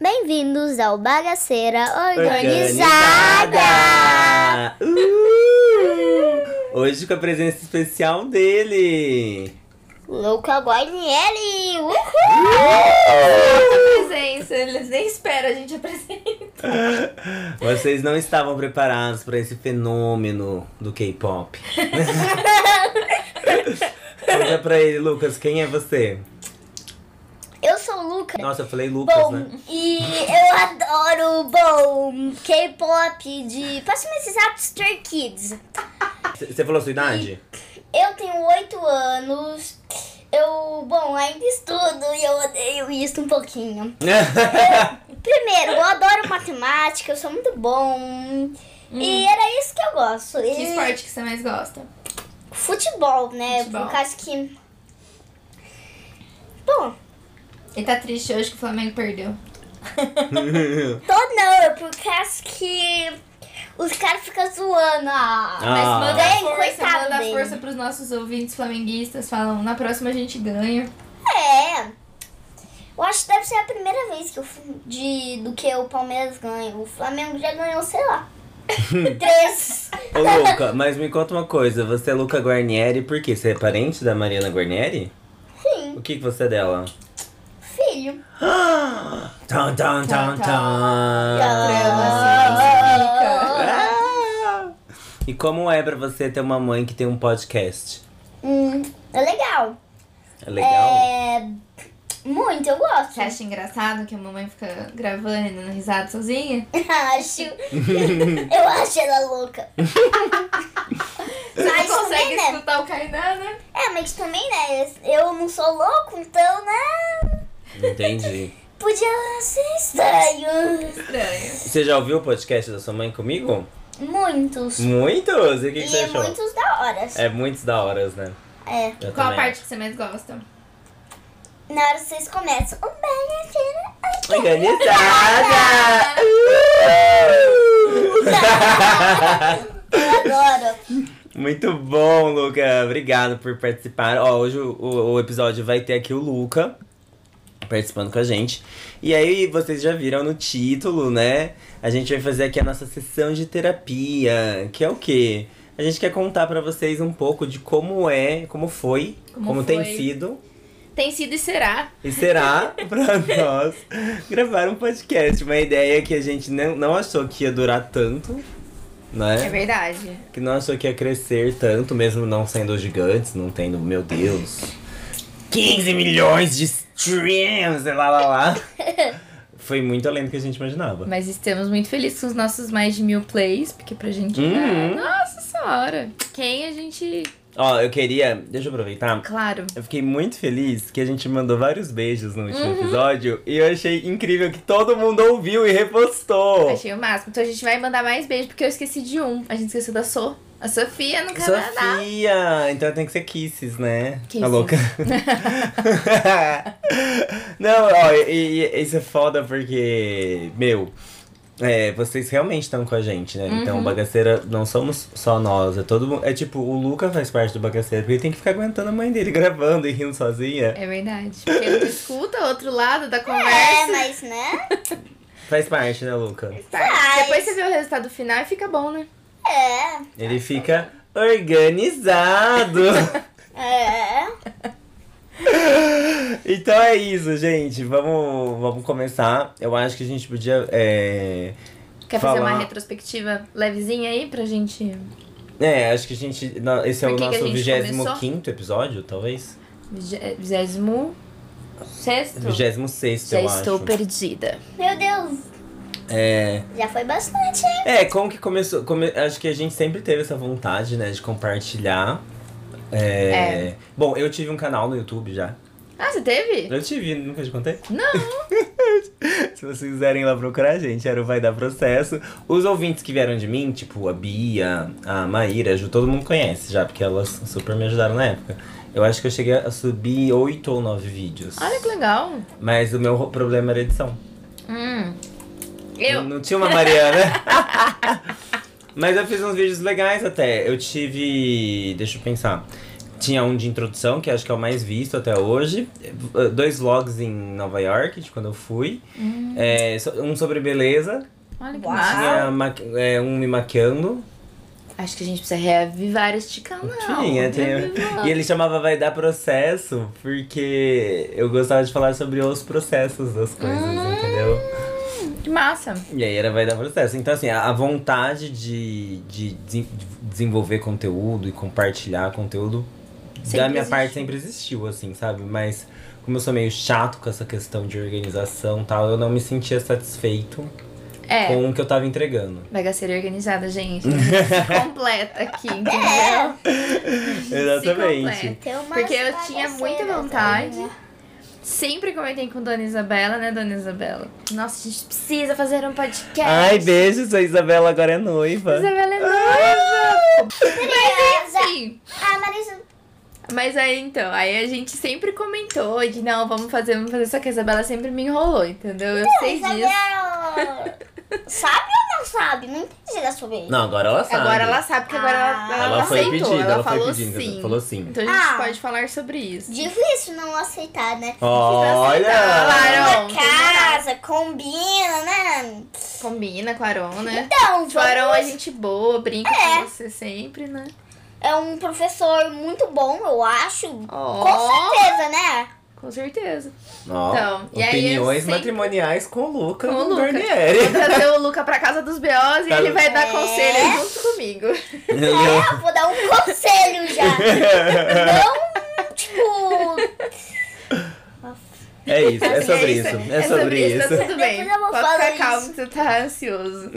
Bem-vindos ao Bagaceira Organizada! Organizada! Uh! Hoje com a presença especial dele. Luca Guarnieri! Uhul! Presença, eles nem esperam a gente apresentar. Vocês não estavam preparados para esse fenômeno do K-pop. Olha pra ele, Lucas, quem é você? Eu sou o Luca. Nossa, eu falei Lucas, Bom, né? e eu adoro bom K-pop de. Próximo esses atos Stray Kids. C- Você falou a sua idade? Eu tenho 8 anos. Eu, bom, ainda estudo e eu odeio isso um pouquinho. Primeiro, eu adoro matemática, eu sou muito bom. E era isso que eu gosto. Que esporte que você mais gosta? Futebol, né? Futebol. Por causa que. Bom, Ele tá triste hoje que o Flamengo perdeu. tô não, é por causa que os caras ficam zoando. Ah. Mas Ah. manda Bem, força, coitado manda dele. força pros nossos ouvintes flamenguistas. Falam, na próxima a gente ganha. É. Eu acho que deve ser a primeira vez que o, Fl- de, do que o Palmeiras ganha. O Flamengo já ganhou, sei lá. Três. Ô, Luca, mas me conta uma coisa. Você é Luca Guarnieri por quê? Você é parente da Mariana Guarnieri? Sim, O que, que você é dela? filho. Tum, tum, tum, Ah. Trama, tum. assim. científica. Ah! E como é pra você ter uma mãe que tem um podcast? Hum, é legal. É legal? É. Muito, eu gosto. Você acha engraçado que a mamãe fica gravando e dando risada sozinha? acho. eu acho ela louca. Você Mas não consegue também, né? escutar o Kainá, né? É, mas também, né? Eu não sou louco, então, né? Entendi. Podia ser estranho. Estranho. Você já ouviu o podcast da sua mãe comigo? Muitos. Muitos? E o que, que e é você achou? muitos da hora. É. É muitos da horas, né? Eu Qual a também parte que você mais gosta? Na hora que vocês começam. Um beijo, tira. acho. Organizada! Uh! Eu adoro. Muito bom, Luca. Obrigado por participar. Ó, hoje o, o- o episódio vai ter aqui o Luca participando com a gente. E aí, vocês já viram no título, né? A gente vai fazer aqui a nossa sessão de terapia, que é o quê? A gente quer contar pra vocês um pouco de como é, como foi, como, Como tem foi. sido Tem sido e será. e será pra nós gravar um podcast. Uma ideia que a gente não, não achou que ia durar tanto, né? É verdade. que não achou que ia crescer tanto, mesmo não sendo gigantes, não tendo, meu Deus, 15 milhões de streams, e lá lá lá. Foi muito além do que a gente imaginava. Mas estamos muito felizes com os nossos mais de mil plays, porque pra gente. é Uhum. Nossa senhora! Quem a gente. Ó, eu queria, deixa eu aproveitar. Claro. Eu fiquei muito feliz que a gente mandou vários beijos no último episódio e eu achei incrível que todo mundo ouviu e repostou. Achei o máximo. Então a gente vai mandar mais beijos, porque eu esqueci de um. A gente esqueceu da So. A Sofia no Canadá. Sofia! Então tem que ser kisses, né? Kisses. Tá louca? Não, ó, e, e- isso é foda porque, meu, é, vocês realmente estão com a gente, né? Então, bagaceira não somos só nós, é todo mundo. É tipo, o Luca faz parte do bagaceiro, porque ele tem que ficar aguentando a mãe dele gravando e rindo sozinha. É verdade. Porque ele não escuta o outro lado da É, conversa. mas né? Faz parte, né, Luca? Tá. Depois você vê o resultado final e fica bom, né? É. Ele fica organizado. É. Então é isso, gente. Vamos, vamos começar. Eu acho que a gente podia. É, Quer fazer Falar. uma retrospectiva levezinha aí pra gente. é, acho que a gente. na- Esse é Por o que que a nosso gente 25 episódio, talvez? Vige- Vigésimo. Sexto? 26, Já eu estou acho. perdida. Meu Deus. É, Já foi bastante, hein? é, como que começou. come- acho que a gente sempre teve essa vontade, né, de compartilhar É... É. Bom, eu tive um canal no YouTube já. Ah, você teve? Eu tive, nunca te contei? Não. Se vocês quiserem ir lá procurar a gente, era o Vai Dar Processo. Os ouvintes que vieram de mim, tipo a Bia, a Maíra, a Ju, todo mundo conhece já, porque elas super me ajudaram na época. Eu acho que eu cheguei a subir oito ou nove vídeos. Olha que legal. Mas o meu problema era edição. Hum. Não- Eu. Não tinha uma Mariana. Mas eu fiz uns vídeos legais até. Eu tive. Deixa eu pensar. Tinha um de introdução, que acho que é o mais visto até hoje. Eh, Dois vlogs em Nova York, de quando eu fui. Eh, so- um sobre beleza. Olha que Uau. massa. Tinha ma- eh, um me maquiando. Acho que a gente precisa reavivar este canal. tinha, tinha. Reavivar. E ele chamava Vai Dar Processo, porque eu gostava de falar sobre os processos das coisas, entendeu? Que massa. E aí era vai dar processo. Então, assim, a a vontade de, de desen- de desenvolver conteúdo e compartilhar conteúdo Sempre da minha existiu. parte sempre existiu, assim, sabe? Mas como eu sou meio chato com essa questão de organização e tal, eu não me sentia satisfeito É. com o que eu tava entregando. Bagaceira organizada, gente. Se completa aqui, É, entendeu? Exatamente. completa. Tem uma Porque eu tinha muita bagaceira, vontade. né? Sempre comentei com Dona Isabela, né, Dona Isabela? Nossa, a gente precisa fazer um podcast. Ai, beijos, a Isabela agora é noiva. Isabela é noiva! Mas enfim. Ah, Marisa, Mas aí então, aí a gente sempre comentou de não, vamos fazer, vamos fazer, só que a Isabela sempre me enrolou, entendeu? Eu sei disso. Isabela. Sabe ou não sabe? Não entendi da sua vez. Não, agora ela sabe. Agora ela sabe que agora ela, ela, Ela foi aceitou, pedida, ela, ela foi falou pedida, sim. falou sim. Então a gente Ah. pode falar sobre isso. Difícil não aceitar, né? Olha! Uma Claro. casa, combina, né? Combina com a Aron, né? Então, O Aron é vamos- gente boa, brinca É. com você sempre, né? é um professor muito bom, eu acho. Ó. Com certeza, né? Com certeza. Ó, Então, e aí eu opiniões sempre- matrimoniais com o Luca Com o Luca. Dornieri. Vou trazer o Luca pra casa dos B.O.s e Tá ele no- vai dar É. conselho junto comigo. É, eu vou dar um conselho já. não, tipo. É isso, Assim, é sobre isso. É sobre isso. Tá tudo bem. Depois eu vou Pode falar ficar calmo É isso. que você tá ansioso.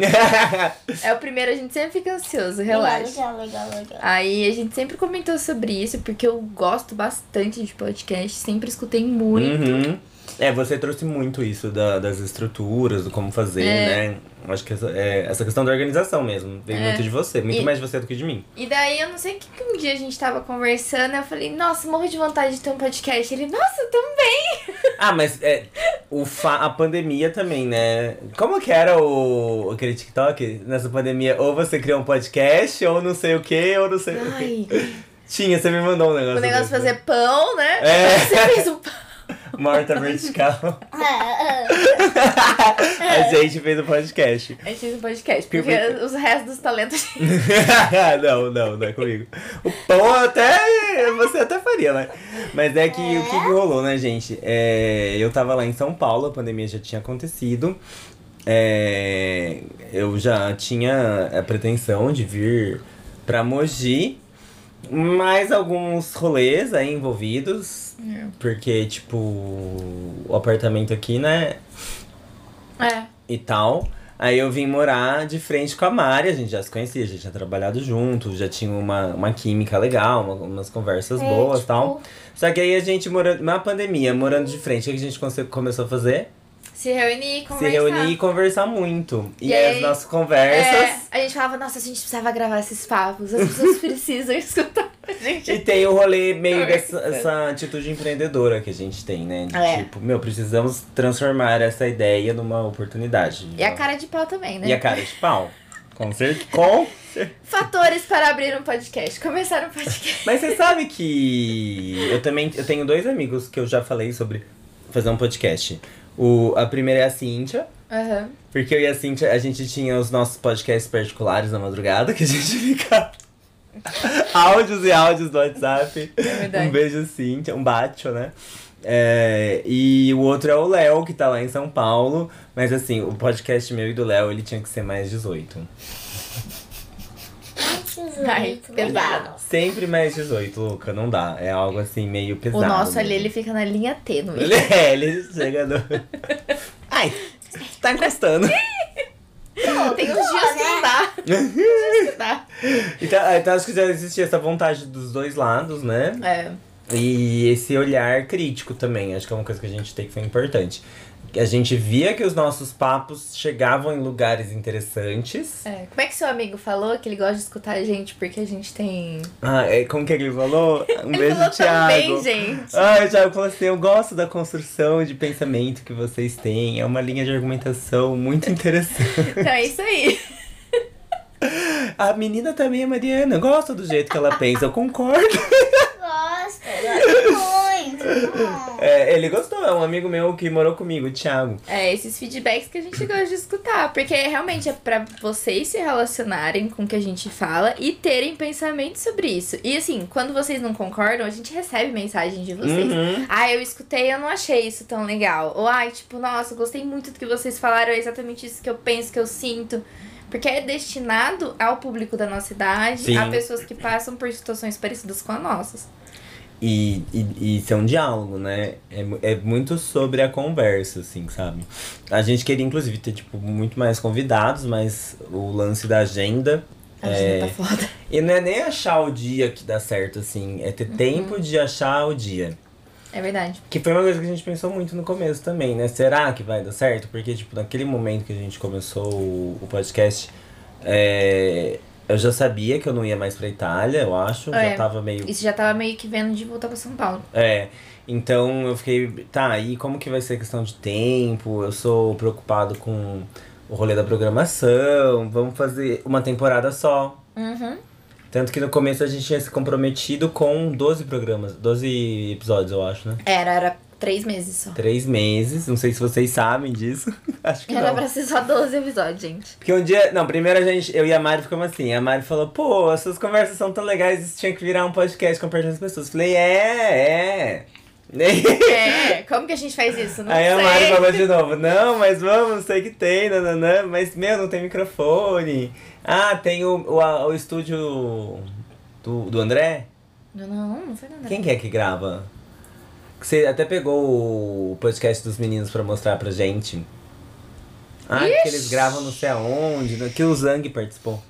É o primeiro, a gente sempre fica ansioso, relaxa. Legal, legal, legal. Aí a gente sempre comentou sobre isso, porque eu gosto bastante de podcast, sempre escutei muito. Uhum. É, você trouxe muito isso da- das estruturas, do como fazer, É. né? Eu Acho que essa, é, essa questão da organização mesmo. Veio É. muito de você, muito E- mais de você do que de mim. E daí eu não sei o que, que um dia a gente tava conversando, eu falei, nossa, morro de vontade de ter um podcast. Ele, nossa, eu também. Ah, mas é, o fa a pandemia também, né? Como que era o, aquele TikTok? Nessa pandemia, ou você criou um podcast, ou não sei o que, ou não sei o quê. Ai, Tinha, você me mandou um negócio. o negócio de desse, né? fazer pão, né? É. Você fez o pão. Morta vertical. Ah, ah. A gente fez o podcast. A gente fez um podcast, porque Porque- os restos dos talentos. não, não, não é comigo. O pão até. Você até faria, mas. Mas é que o que, que rolou, né, gente? É, eu tava lá em São Paulo, a pandemia já tinha acontecido. É, eu já tinha a pretensão de vir pra Mogi. Mais alguns rolês aí envolvidos. Porque, tipo, o apartamento aqui, né? É. e tal. Aí eu vim morar de frente com a Mari, a gente já se conhecia, a gente tinha trabalhado junto, já tinha uma, uma química legal, uma- umas conversas É, boas e tipo, tal. Só que aí a gente morando, na pandemia, morando de frente, o que a gente conse- começou a fazer? Se reunir e conversar. Se reunir e conversar muito. E, E aí aí- as nossas conversas. É, a gente falava, nossa, a gente precisava gravar esses papos, as pessoas precisam escutar a gente. E tem o rolê meio dessa Conversas. essa atitude empreendedora que a gente tem, né? De É. Tipo, meu, precisamos transformar essa ideia numa oportunidade. E a cara de pau também, né? E a cara de pau. Com certeza. Com Fatores para abrir um podcast. Começar um podcast. Mas você sabe que eu também eu tenho dois amigos que eu já falei sobre fazer um podcast. O, a primeira é a Cíntia, Aham. porque eu e a Cíntia, a gente tinha os nossos podcasts particulares na madrugada, que a gente fica áudios e áudios do WhatsApp. É verdade. um beijo, Cíntia, um bacho, né? É, e o outro é o Léo, que tá lá em São Paulo. Mas assim, o podcast meu e do Léo, ele tinha que ser mais 18. Ai, pesado. Sempre mais 18, Luca, não dá. É algo assim, meio O pesado. nosso ali, mesmo. ele fica na linha tênue. Ele, é, ele chega no. Ai, tá encostando. Não, Tem uns dias que não dá. Tem uns dias que dá. Então, então acho que já existia essa vontade dos dois lados, né? É. E esse olhar crítico também, acho que é uma coisa que a gente tem que foi importante. Que A gente via que os nossos papos chegavam em lugares interessantes. É, Como é que seu amigo falou que ele gosta de escutar a gente porque a gente tem. Ah, é, como que ele falou? Um ele beijo, falou Thiago. também, gente. Ah, o Thiago falou assim: eu gosto da construção de pensamento que vocês têm. É uma linha de argumentação muito interessante. Então é isso aí. A menina também é Mariana, gosta do jeito que ela pensa, eu concordo. Gosto, gosto muito. Não. É, ele gostou, é um amigo meu que morou comigo, o Thiago. É, esses feedbacks que a gente gosta de escutar. Porque realmente é pra vocês se relacionarem com o que a gente fala e terem pensamento sobre isso. E assim, quando vocês não concordam, a gente recebe mensagem de vocês. Uhum. Ah, eu escutei e eu não achei isso tão legal. Ou, ai, tipo, nossa, gostei muito do que vocês falaram, é exatamente isso que eu penso, que eu sinto. Porque é destinado ao público da nossa idade, Sim. a pessoas que passam por situações parecidas com as nossas. E, e, e isso é um diálogo, né? É, mu- é muito sobre a conversa, assim, sabe? A gente queria, inclusive, ter, tipo, muito mais convidados, mas o lance da agenda. A é, gente tá Uhum. foda. E não é nem achar o dia que dá certo, assim, é ter tempo de achar o dia. É verdade. Que foi uma coisa que a gente pensou muito no começo também, né? Será que vai dar certo? Porque, tipo, naquele momento que a gente começou o, o podcast, é, eu já sabia que eu não ia mais pra Itália, eu acho. É. Já tava meio. Isso já tava meio que vendo de voltar pra São Paulo. É. Então eu fiquei, tá, e como que vai ser a questão de tempo? Eu sou preocupado com o rolê da programação. Vamos fazer uma temporada só. Uhum. Tanto que no começo a gente tinha se comprometido com 12 programas, 12 episódios, eu acho, né? Era, era três meses só. Três meses, não sei se vocês sabem disso. Acho que Era não. pra ser só 12 episódios, gente. Porque um dia. Não, primeiro a gente. Eu e a Mari ficamos assim. A Mari falou, pô, essas conversas são tão legais, isso tinha que virar um podcast compartilhando as pessoas. Falei, é, é. É, como que a gente faz isso? Não Aí sei. a Mari falou de novo, não, mas vamos, sei que tem, nananã, mas meu, não tem microfone. Ah, tem o, o, a- o estúdio do, do André? Não, não, não foi nada. Quem que é que grava? Que Você até pegou o podcast dos meninos pra mostrar pra gente. Ah, que eles gravam não sei aonde, né? que o Zang participou.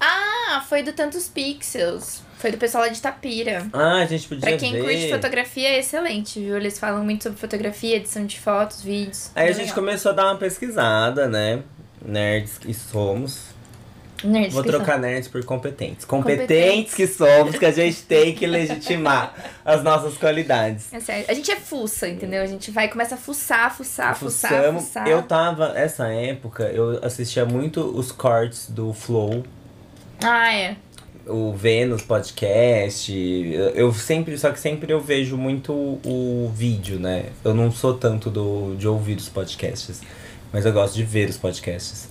Ah, foi do Tantos Pixels. Foi do pessoal lá de Tapira. Ah, a gente podia Pra quem ver. curte fotografia, é excelente, viu? Eles falam muito sobre fotografia, edição de fotos, vídeos. Aí a Bem gente legal. começou a dar uma pesquisada, né? Nerds que somos. Nerds, Vou que são. trocar nerds por competentes. Competentes. competentes. que somos, que a gente tem que legitimar as nossas qualidades. É sério. A gente é fuça, entendeu? A gente vai e começa a fuçar, fuçar, fuçar, Fuçamos. fuçar. Eu tava, essa época, eu assistia muito os cortes do Flow, Ah, é. o Vênus podcast. Eu eu sempre, só que sempre eu vejo muito o vídeo, né? Eu não sou tanto do, de ouvir os podcasts, mas eu gosto de ver os podcasts.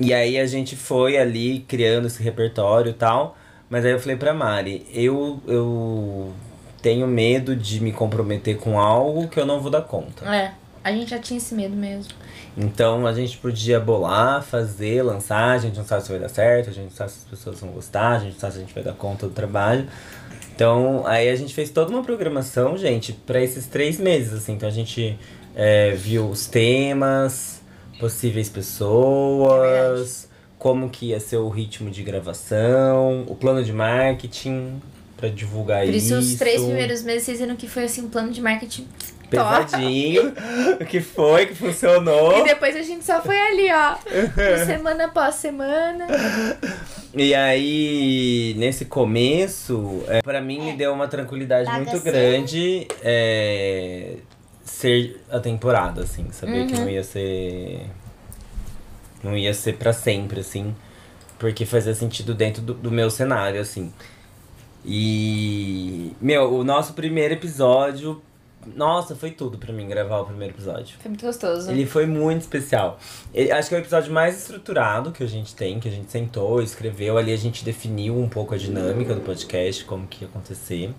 E aí a gente foi ali criando esse repertório e tal. Mas aí eu falei pra Mari, eu, eu tenho medo de me comprometer com algo que eu não vou dar conta. É. A gente já tinha esse medo mesmo. Então a gente podia bolar, fazer, lançar, a gente não sabe se vai dar certo, a gente não sabe se as pessoas vão gostar, a gente não sabe se a gente vai dar conta do trabalho. Então aí a gente fez toda uma programação, gente, pra esses três meses, assim. Então a gente é, viu os temas, possíveis É pessoas, como que ia ser o ritmo de gravação, o plano de marketing pra divulgar Por isso, É isso. os três primeiros meses vocês viram que foi assim, plano de marketing Pesadinho, o que foi, que funcionou. E depois a gente só foi ali, ó. Tipo, semana após semana. E aí, nesse começo, é, para mim me deu uma tranquilidade Bagaceiro. muito grande é, ser a temporada, assim, saber que não ia ser. Não ia ser pra sempre, assim. Porque fazia sentido dentro do, do meu cenário, assim. E. Meu, o nosso primeiro episódio. Nossa, foi tudo pra mim gravar o primeiro episódio. Foi muito gostoso. Ele foi muito especial. Ele- acho que é o episódio mais estruturado que a gente tem, que a gente sentou, escreveu ali, a gente definiu um pouco a dinâmica do podcast, como que ia acontecer.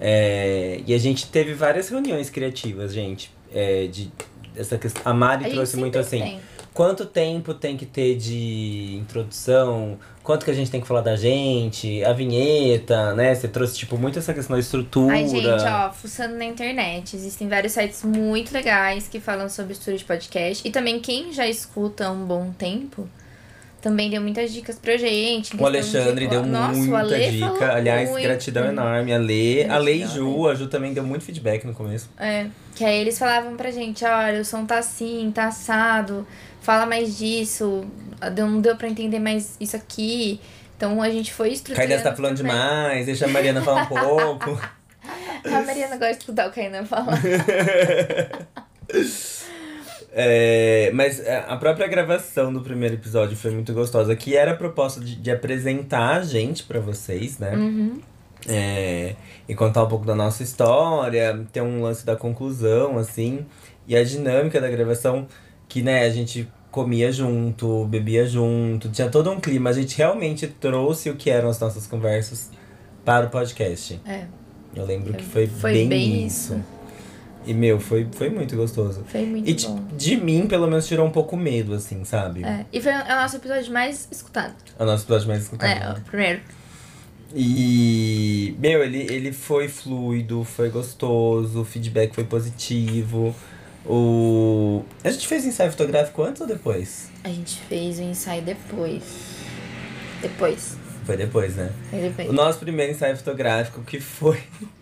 É, e a gente teve várias reuniões criativas, gente. é, de, essa questão, a Mari A gente trouxe muito sempre assim. tem. quanto tempo tem que ter de introdução, quanto que a gente tem que falar da gente, a vinheta, né? Você trouxe, tipo, muito essa questão da estrutura. Ai, gente, ó, fuçando na internet, existem vários sites muito legais que falam sobre estrutura de podcast. E também quem já escuta há um bom tempo também deu muitas dicas pra gente. O Alexandre deu questão de- Nossa, o muita Ale dica. falou Aliás, muito. gratidão enorme. A Lê, a Lê e Gratidão, Ju, a Ju também deu muito feedback no começo. É, que aí eles falavam pra gente, olha, o som tá assim, tá assado, fala mais disso, deu- não deu pra entender mais isso aqui. Então a gente foi estruturando. Caidessa tá falando também. demais, deixa a Mariana falar um pouco. A Mariana gosta de escutar o Kainan falar. É, mas é, a própria gravação do primeiro episódio foi muito gostosa, que era a proposta de, de apresentar a gente pra vocês, né? Uhum. É, e contar um pouco da nossa história, ter um lance da conclusão, assim, e a dinâmica da gravação, que né, a gente comia junto, bebia junto, tinha todo um clima. A gente realmente trouxe o que eram as nossas conversas para o podcast. É. Eu lembro que foi, Foi bem, bem isso. isso. E meu, foi, foi muito gostoso. Foi muito E de, bom. de mim, pelo menos, tirou um pouco o medo, assim, sabe? É, e foi o nosso episódio mais escutado. É o nosso episódio mais escutado. É, o primeiro. E, meu, ele, ele foi fluido, foi gostoso, o feedback foi positivo. O... A gente fez ensaio fotográfico antes ou depois? A gente fez o ensaio depois. Depois. Foi depois, né? Foi depois. O nosso primeiro ensaio fotográfico, que foi,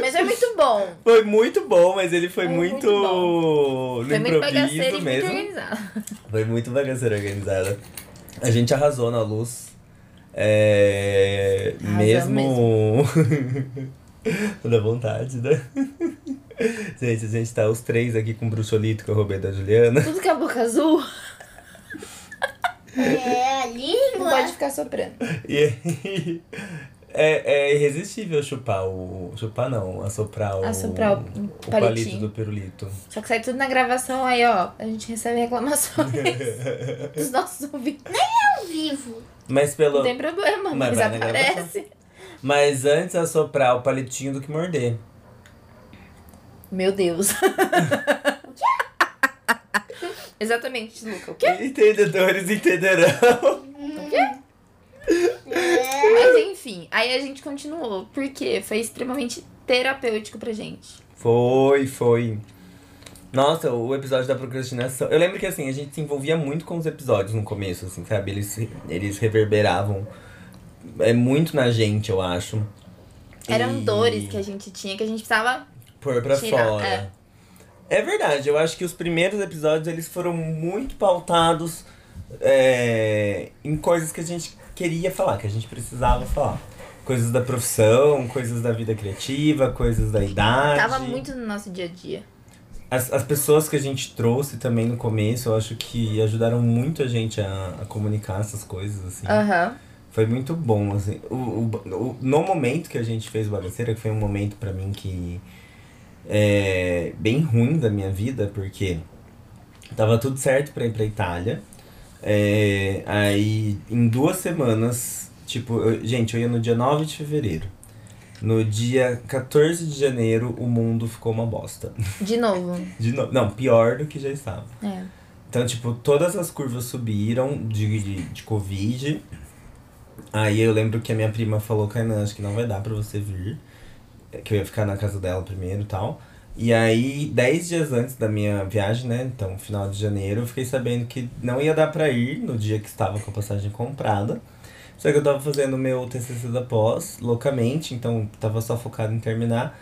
Mas foi muito bom. foi muito bom, mas ele foi Foi muito, muito no Foi muito bagaceiro improviso e muito mesmo. organizado. Foi muito bagaceira organizada. A gente arrasou na luz. É. Arrasamos mesmo. Toda vontade, né? Gente, a gente tá os três aqui com o bruxolito que eu roubei da Juliana. Tudo com a boca azul, É a não Hum. língua. pode ficar soprando. E aí. É, é irresistível chupar o. Chupar não, assoprar o. Assoprar o o palito palitinho. do pirulito. Só que sai tudo na gravação aí, ó. A gente recebe reclamações dos nossos ouvintes. Ao é vivo. Mas pelo. Não tem problema, Mas mas, vai na aparece. Mas antes assoprar o palitinho do que morder. Meu Deus. Exatamente, Luca. O quê? Entendedores entenderão. É. Mas enfim, aí a gente continuou, porque foi extremamente terapêutico pra gente. Foi, foi. Nossa, o episódio da procrastinação. Eu lembro que assim, a gente se envolvia muito com os episódios no começo, assim, sabe? Eles, eles reverberavam é, muito na gente, eu acho. Eram E dores que a gente tinha, que a gente precisava. Pôr pra tirar, fora. É. é. verdade, eu acho que os primeiros episódios eles foram muito pautados é, em coisas que a gente queria falar, que a gente precisava falar. Coisas da profissão, coisas da vida criativa, coisas da idade. Tava muito no nosso dia a dia. As, as pessoas que a gente trouxe também no começo, eu acho que ajudaram muito a gente a, a comunicar essas coisas, assim. Aham. Foi muito bom, assim. O, o- o- no momento que a gente fez o Bagaceira, que foi um momento pra mim que... É, bem ruim da minha vida, porque... Tava tudo certo pra ir pra Itália. É, aí, em duas semanas... Tipo, eu- gente, eu ia no dia 9 de fevereiro. No dia 14 de janeiro, o mundo ficou uma bosta. De novo. De novo. Não, pior do que já estava. É. Então, tipo, todas as curvas subiram de, de, de Covid. Aí eu lembro que a minha prima falou, Kainan, acho que não vai dar pra você vir. É, Que eu ia ficar na casa dela primeiro e tal. E aí, dez dias antes da minha viagem, né? Então, final de janeiro, eu fiquei sabendo que não ia dar pra ir no dia que estava com a passagem comprada. Só que eu tava fazendo meu TCC da pós, loucamente, então tava só focado em terminar.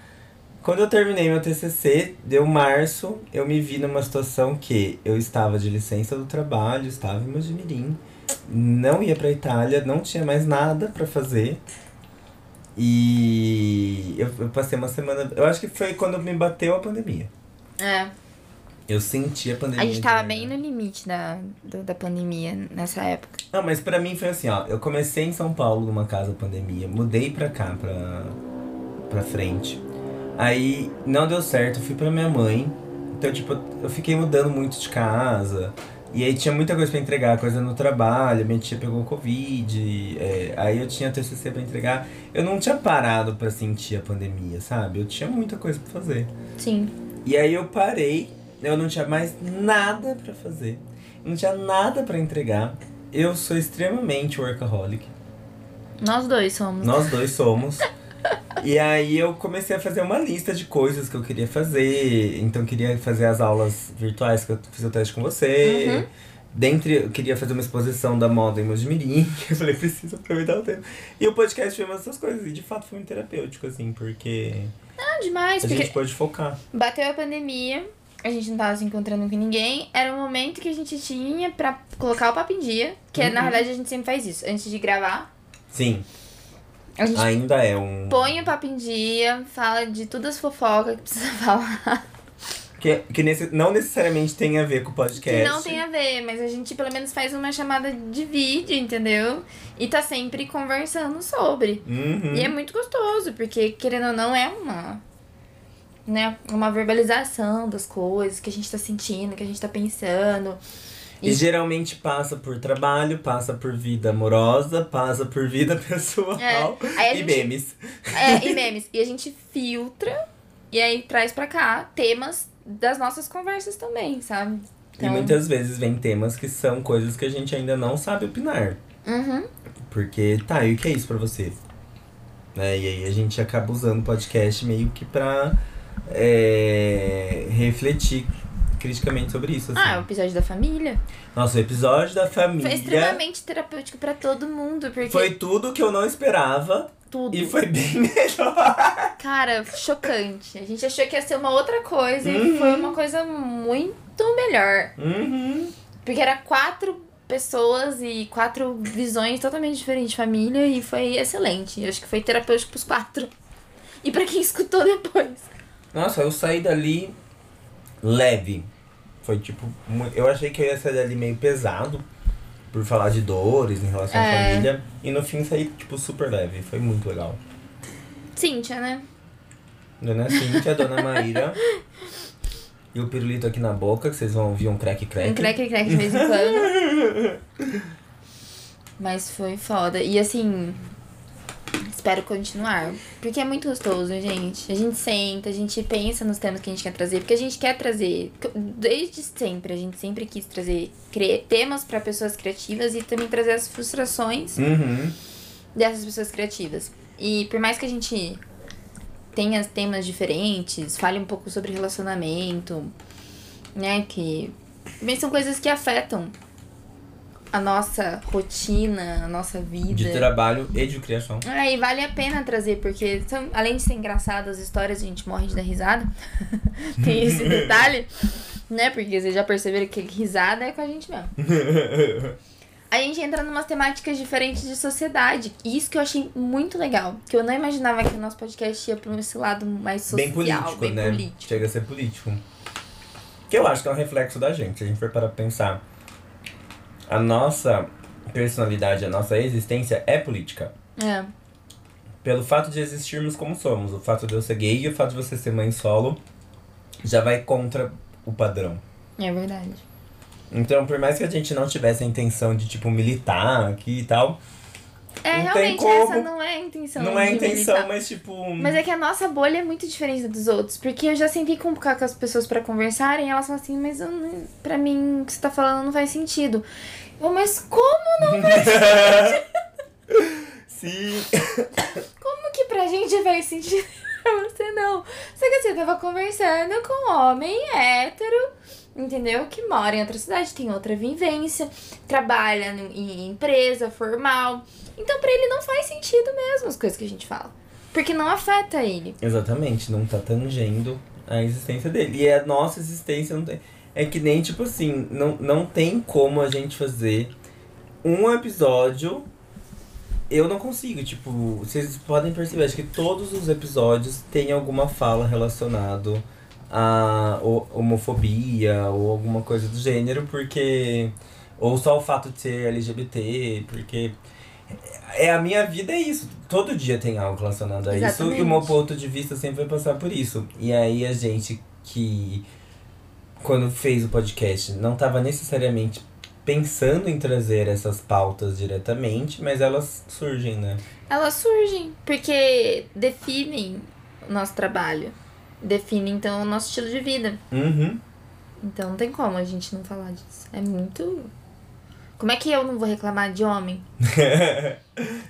Quando eu terminei meu TCC, deu março, eu me vi numa situação que eu estava de licença do trabalho, estava em Mojimirim, não ia pra Itália, não tinha mais nada pra fazer. E eu, eu passei uma semana. Eu acho que foi quando me bateu a pandemia. É. Eu senti a pandemia. A gente de tava verdade. bem no limite da, do- da pandemia nessa época. Não, mas pra mim foi assim, ó. Eu comecei em São Paulo numa casa pandemia, mudei pra cá, pra, pra frente. Aí não deu certo, eu fui pra minha mãe. Então, tipo, eu fiquei mudando muito de casa. E aí tinha muita coisa pra entregar, coisa no trabalho, minha tia pegou Covid, é, aí eu tinha TCC pra entregar. Eu não tinha parado pra sentir a pandemia, sabe? Eu tinha muita coisa pra fazer. Sim. E aí eu parei Eu não tinha mais nada pra fazer. Eu não tinha nada pra entregar. Eu sou extremamente workaholic. Nós dois somos. Nós dois somos. E aí eu comecei a fazer uma lista de coisas que eu queria fazer. Então eu queria fazer as aulas virtuais que eu fiz o teste com você. Uhum. Dentre, eu queria fazer uma exposição da moda em Mojimirim. Eu falei, preciso aproveitar o tempo. E o podcast foi uma dessas coisas. E de fato foi muito terapêutico, assim, porque Não, demais, a porque gente pôde focar. bateu a pandemia, a gente não tava se encontrando com ninguém. Era o momento que a gente tinha pra colocar o papo em dia. Que Uhum. na verdade a gente sempre faz isso. Antes de gravar, Sim, a gente ainda é um. põe o papo em dia, fala de todas as fofocas que precisa falar. Que, que nesse, não necessariamente tem a ver com o podcast. Que não tem a ver, mas a gente pelo menos faz uma chamada de vídeo, entendeu? E tá sempre conversando sobre. Uhum. E é muito gostoso, porque querendo ou não, é uma. Né, uma verbalização das coisas que a gente tá sentindo, que a gente tá pensando. E geralmente passa por trabalho, passa por vida amorosa, passa por vida pessoal É, aí a e gente- memes. É, e memes. E a gente filtra e aí traz pra cá temas das nossas conversas também, sabe? Então, E muitas vezes vem temas que são coisas que a gente ainda não sabe opinar. Uhum. Porque, tá, e o que é isso pra você? Né? E aí a gente acaba usando o podcast meio que pra é, refletir criticamente sobre isso. Assim. Ah, é o episódio da família. Nosso episódio da Foi família extremamente terapêutico pra todo mundo, porque foi tudo que eu não esperava tudo. e foi bem melhor. Cara, chocante. A gente achou que ia ser uma outra coisa e foi uma coisa muito melhor. Uhum. Porque era quatro pessoas e quatro visões totalmente diferentes de família e foi excelente. Eu acho que foi terapêutico pros quatro. E pra quem escutou depois. Nossa, eu saí dali leve. Foi tipo, mu- eu achei que eu ia sair dali meio pesado por falar de dores em relação à É. família. E no fim saí, tipo, super leve. Foi muito legal. Cíntia, né? Dona Cíntia, Dona Maíra. E o pirulito aqui na boca, que vocês vão ouvir um crack crack. Um crack crack de vez em quando. Mas foi foda. E assim. Espero continuar. Porque é muito gostoso, gente. A gente senta, a gente pensa nos temas que a gente quer trazer. Porque a gente quer trazer. Desde sempre, a gente sempre quis trazer cre- temas pra pessoas criativas e também trazer as frustrações Uhum. dessas pessoas criativas. E por mais que a gente tenha temas diferentes, fale um pouco sobre relacionamento, né? Que também são coisas que afetam a nossa rotina, a nossa vida. De trabalho e de criação. É, e vale a pena trazer, porque são- além de ser engraçado as histórias, a gente morre de dar risada. Tem esse detalhe, né? Porque vocês já perceberam que risada é com a gente mesmo. A gente entra numas temáticas diferentes de sociedade. E isso que eu achei muito legal. Que eu não imaginava que o nosso podcast ia pra um esse lado mais social, bem político, bem né? político. Chega a ser político. Que eu acho que é um reflexo da gente. Se a gente for para pensar, a nossa personalidade, a nossa existência é política. É. Pelo fato de existirmos como somos, o fato de eu ser gay e o fato de você ser mãe solo já vai contra o padrão. É verdade. Então, por mais que a gente não tivesse a intenção de, tipo, militar aqui e tal, Não tem É, realmente, essa como. não é a intenção. não é a de intenção, militar. mas, tipo. Mas é que a nossa bolha é muito diferente da dos outros. Porque eu já sentei com, com as pessoas pra conversarem, elas falam assim, mas eu, não- pra mim o que você tá falando não faz sentido. Eu, mas como Sim. que pra gente faz sentido? pra você não. Só que assim, eu tava conversando com um homem hétero, entendeu? Que mora em outra cidade, tem outra vivência, trabalha no- em empresa formal. Então pra ele não faz sentido mesmo as coisas que a gente fala. Porque não afeta ele. Exatamente, não tá tangendo a existência dele. E é a nossa existência não tem. É que nem, tipo assim, não, não tem como a gente fazer um episódio. Eu não consigo, tipo, vocês podem perceber, acho que todos os episódios têm alguma fala relacionado a ho- homofobia ou alguma coisa do gênero, porque. Ou só o fato de ser LGBT, porque. É, a minha vida é isso. Todo dia tem algo relacionado a isso. E o meu Exatamente. ponto de vista sempre vai passar por isso. E aí a gente que quando fez o podcast não estava necessariamente pensando em trazer essas pautas diretamente, mas elas surgem, né? Elas surgem porque definem o nosso trabalho, definem então o nosso estilo de vida. Uhum. Então não tem como a gente não falar disso. É muito. Como é que eu não vou reclamar de homem?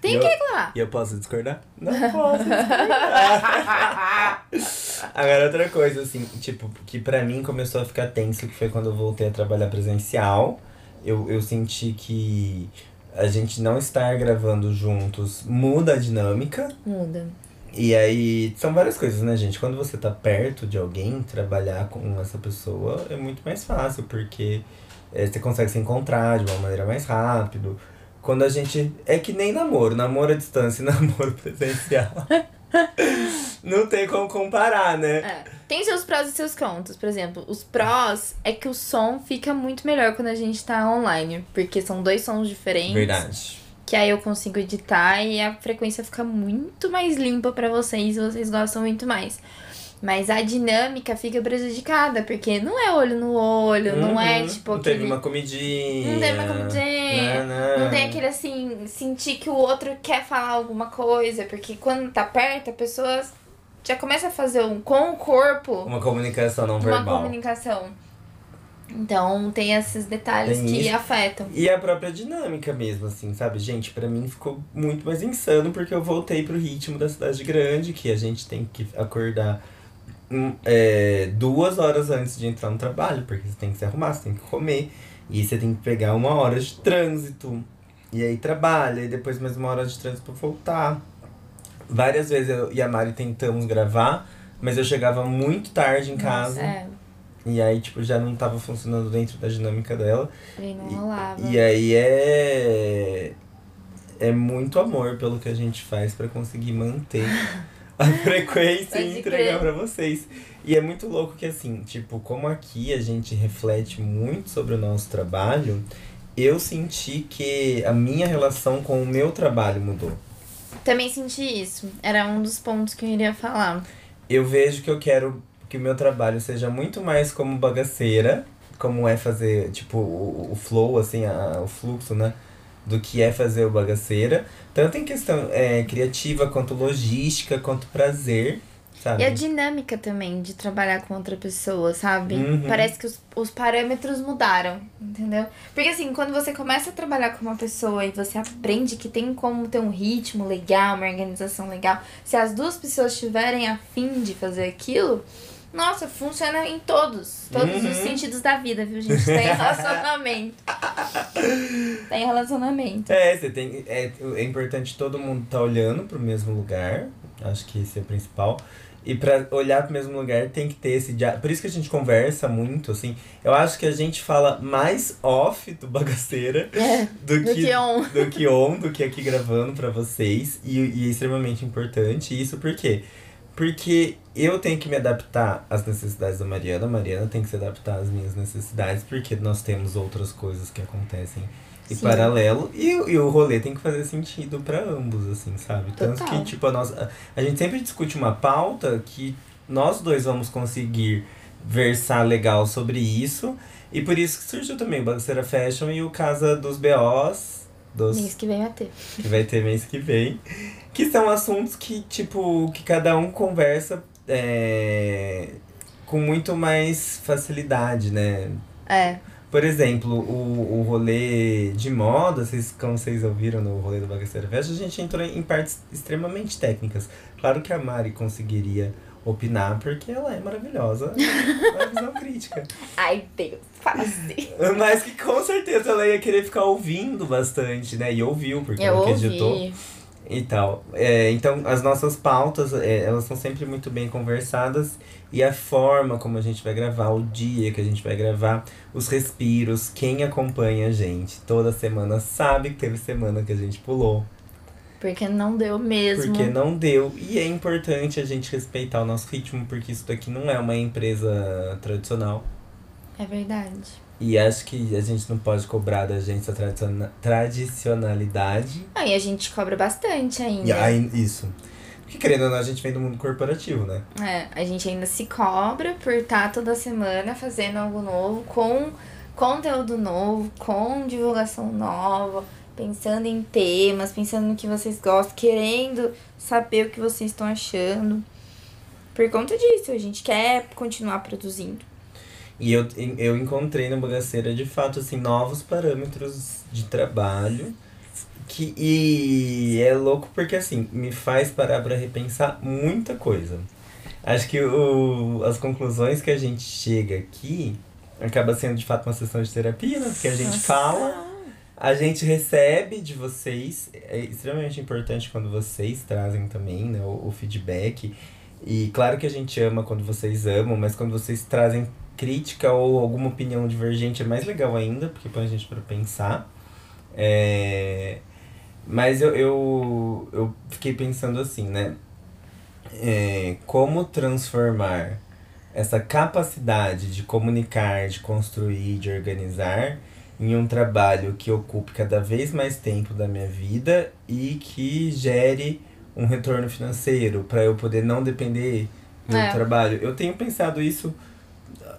Tem Eu- que reclamar. E eu posso discordar? Não posso discordar. Agora, outra coisa, assim, tipo, que pra mim começou a ficar tenso, que foi quando eu voltei a trabalhar presencial. Eu, eu senti que a gente não estar gravando juntos muda a dinâmica. Muda. E aí, são várias coisas, né, gente? Quando você tá perto de alguém, trabalhar com essa pessoa é muito mais fácil, porque eh, você consegue se encontrar de uma maneira mais rápido. Quando a gente. É que nem namoro, namoro à distância e namoro presencial. Não tem como comparar, né? É. Tem seus prós e seus contras. Por exemplo, os prós é que o som fica muito melhor quando a gente tá online. Porque são dois sons diferentes. Verdade. Que aí eu consigo editar e a frequência fica muito mais limpa pra vocês e vocês gostam muito mais. Mas a dinâmica fica prejudicada, porque não é olho no olho, não é Uhum. tipo Não teve aquele- uma comidinha. Não teve uma comidinha. Não, Não tem aquele assim, sentir que o outro quer falar alguma coisa, porque quando tá perto, a pessoa já começa a fazer um com o corpo Uma comunicação não uma verbal. comunicação. Então tem esses detalhes Tem que isso. afetam. E a própria dinâmica mesmo, assim, sabe? Gente, pra mim ficou muito mais insano porque eu voltei pro ritmo da cidade grande, que a gente tem que acordar hum, é, duas horas antes de entrar no trabalho, porque você tem que se arrumar, você tem que comer, e você tem que pegar uma hora de trânsito. E aí trabalha, e depois mais uma hora de trânsito pra voltar. Várias vezes eu e a Mari tentamos gravar, mas eu chegava muito tarde em casa. É, E aí, tipo, já não tava funcionando dentro da dinâmica dela. e não rolava. E aí é. É muito amor pelo que a gente faz pra conseguir manter a frequência Pode e entregar crer. pra vocês. E é muito louco que, assim, tipo, como aqui a gente reflete muito sobre o nosso trabalho, eu senti que a minha relação com o meu trabalho mudou. Também senti isso. Era um dos pontos que eu iria falar. Eu vejo que eu quero que o meu trabalho seja muito mais como bagaceira, como é fazer, tipo, o, o flow, assim, a- o fluxo, né? Do que é fazer o bagaceira. Tanto em questão é, criativa, quanto logística, quanto prazer, sabe? E a dinâmica também de trabalhar com outra pessoa, sabe? Uhum. Parece que os, os parâmetros mudaram, entendeu? Porque assim, quando você começa a trabalhar com uma pessoa e você aprende que tem como ter um ritmo legal, uma organização legal, se as duas pessoas tiverem a fim de fazer aquilo, nossa, funciona em todos, todos Uhum. os sentidos da vida, viu, gente? Tem relacionamento. tem relacionamento. É, você tem. É, é importante todo mundo estar olhando pro mesmo lugar. Acho que esse é o principal. E pra olhar pro mesmo lugar tem que ter esse diálogo. Por isso que a gente conversa muito, assim. Eu acho que a gente fala mais off do bagaceira do Do que, que on. do que on, do que aqui gravando pra vocês. E, e é extremamente importante isso, por quê? Porque eu tenho que me adaptar às necessidades da Mariana, a Mariana tem que se adaptar às minhas necessidades, porque nós temos outras coisas que acontecem em Sim. paralelo. E, o- e o rolê tem que fazer sentido pra ambos, assim, sabe? Tanto Total. que, tipo, a, nossa, a gente sempre discute uma pauta que nós dois vamos conseguir versar legal sobre isso. E por isso que surgiu também o Balanceira Fashion e o Casa dos BOs, Mês dos, que vem vai ter. que vai ter mês que vem. Que são assuntos que, tipo, que cada um conversa é, com muito mais facilidade, né? É. Por exemplo, o, o rolê de moda, vocês, como vocês ouviram no rolê do Bagaceira Festa, a gente entrou em partes extremamente técnicas. Claro que a Mari conseguiria opinar, porque ela é maravilhosa. uma visão crítica. Ai, Deus, fala assim. Mas que com certeza ela ia querer ficar ouvindo bastante, né? E ouviu, porque Eu ela que ouvi. editou e tal. É, então, as nossas pautas, é, elas são sempre muito bem conversadas. E a forma como a gente vai gravar, o dia que a gente vai gravar, os respiros, quem acompanha a gente toda semana sabe que teve semana que a gente pulou. Porque não deu mesmo. Porque não deu. E é importante a gente respeitar o nosso ritmo, porque isso daqui não é uma empresa tradicional. É verdade. E acho que a gente não pode cobrar da gente a tradiciona- tradicionalidade. Ah, e a gente cobra bastante ainda. E aí, isso. Porque querendo ou não, a gente vem do mundo corporativo, né? É, a gente ainda se cobra por estar toda semana fazendo algo novo, com conteúdo novo, com divulgação nova, pensando em temas, pensando no que vocês gostam, querendo saber o que vocês estão achando. Por conta disso, a gente quer continuar produzindo. E eu, eu encontrei na bagaceira, de fato, assim, novos parâmetros de trabalho. Que, e é louco porque, assim, me faz parar pra repensar muita coisa. Acho que o, as conclusões que a gente chega aqui acaba sendo, de fato, uma sessão de terapia, né? Porque a gente fala, a gente recebe de vocês. É extremamente importante quando vocês trazem também né, o, o feedback. E claro que a gente ama quando vocês amam, mas quando vocês trazem crítica ou alguma opinião divergente é mais legal ainda, porque põe a gente pra pensar. É, Mas eu, eu, eu fiquei pensando assim, né? É, Como transformar essa capacidade de comunicar, de construir, de organizar em um trabalho que ocupe cada vez mais tempo da minha vida e que gere um retorno financeiro para eu poder não depender do É. trabalho. Eu tenho pensado isso,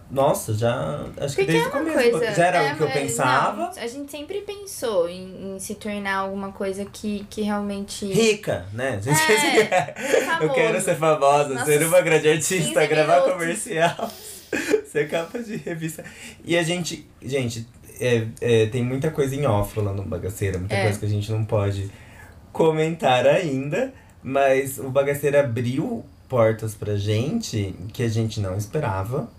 nossa, já acho que Porque desde é o uma começo. coisa. já era é, o que eu mas pensava. não, a gente sempre pensou em, em se tornar alguma coisa que, que realmente. Rica, né? A gente É, Eu famoso. quero ser famosa, Nossa, ser uma grande 15 artista, gravar minutos. comercial, ser capa de revista. E a gente, gente, é, é, tem muita coisa em off lá no Bagaceira, muita É. coisa que a gente não pode comentar ainda, mas o Bagaceira abriu portas pra gente que a gente não esperava.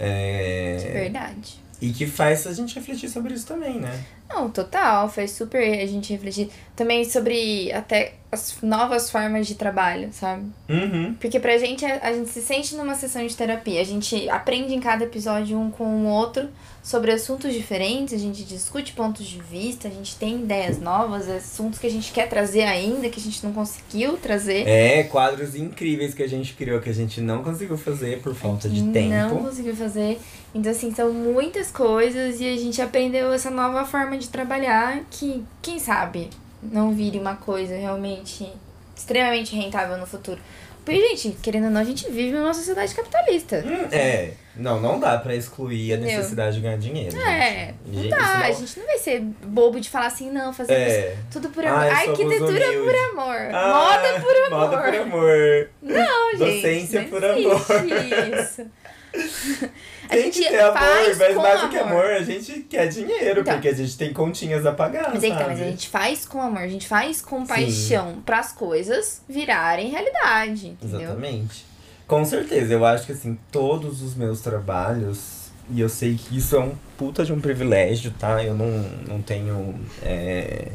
é, De verdade. e que faz a gente refletir sobre isso também, né? Não, total, faz super a gente refletir. Também sobre até as novas formas de trabalho, sabe? Uhum. Porque pra gente, a a gente se sente numa sessão de terapia. A gente aprende em cada episódio um com o outro sobre assuntos diferentes, a gente discute pontos de vista, a gente tem ideias novas, assuntos que a gente quer trazer ainda, que a gente não conseguiu trazer. É, quadros incríveis que a gente criou, que a gente não conseguiu fazer por falta de Não tempo. conseguiu fazer. Então, assim, são muitas coisas e a gente aprendeu essa nova forma de trabalhar que, quem sabe, não vire uma coisa realmente extremamente rentável no futuro. Porque, gente, querendo ou não, a gente vive numa sociedade capitalista. Hum, É, não, não dá pra excluir a Entendeu? necessidade de ganhar dinheiro. É, gente. não Gente, dá. A isso gente não vai ser bobo de falar assim, não, não- fazer É. tudo por amor. Ai, somos Arquitetura por humildes. amor. Ah, Moda é por amor. Moda é por amor. Não, gente. Docência é não por existe Isso. a tem gente que ter amor, faz mas com mais amor. do que amor, a gente quer dinheiro, Então. porque a gente tem continhas a pagar. Mas, é que tá, sabe? mas a gente faz com amor, a gente faz com paixão para as coisas virarem realidade, entendeu? Exatamente. Com certeza, eu acho que assim, todos os meus trabalhos, e eu sei que isso é um puta de um privilégio, tá? Eu não, não tenho. é,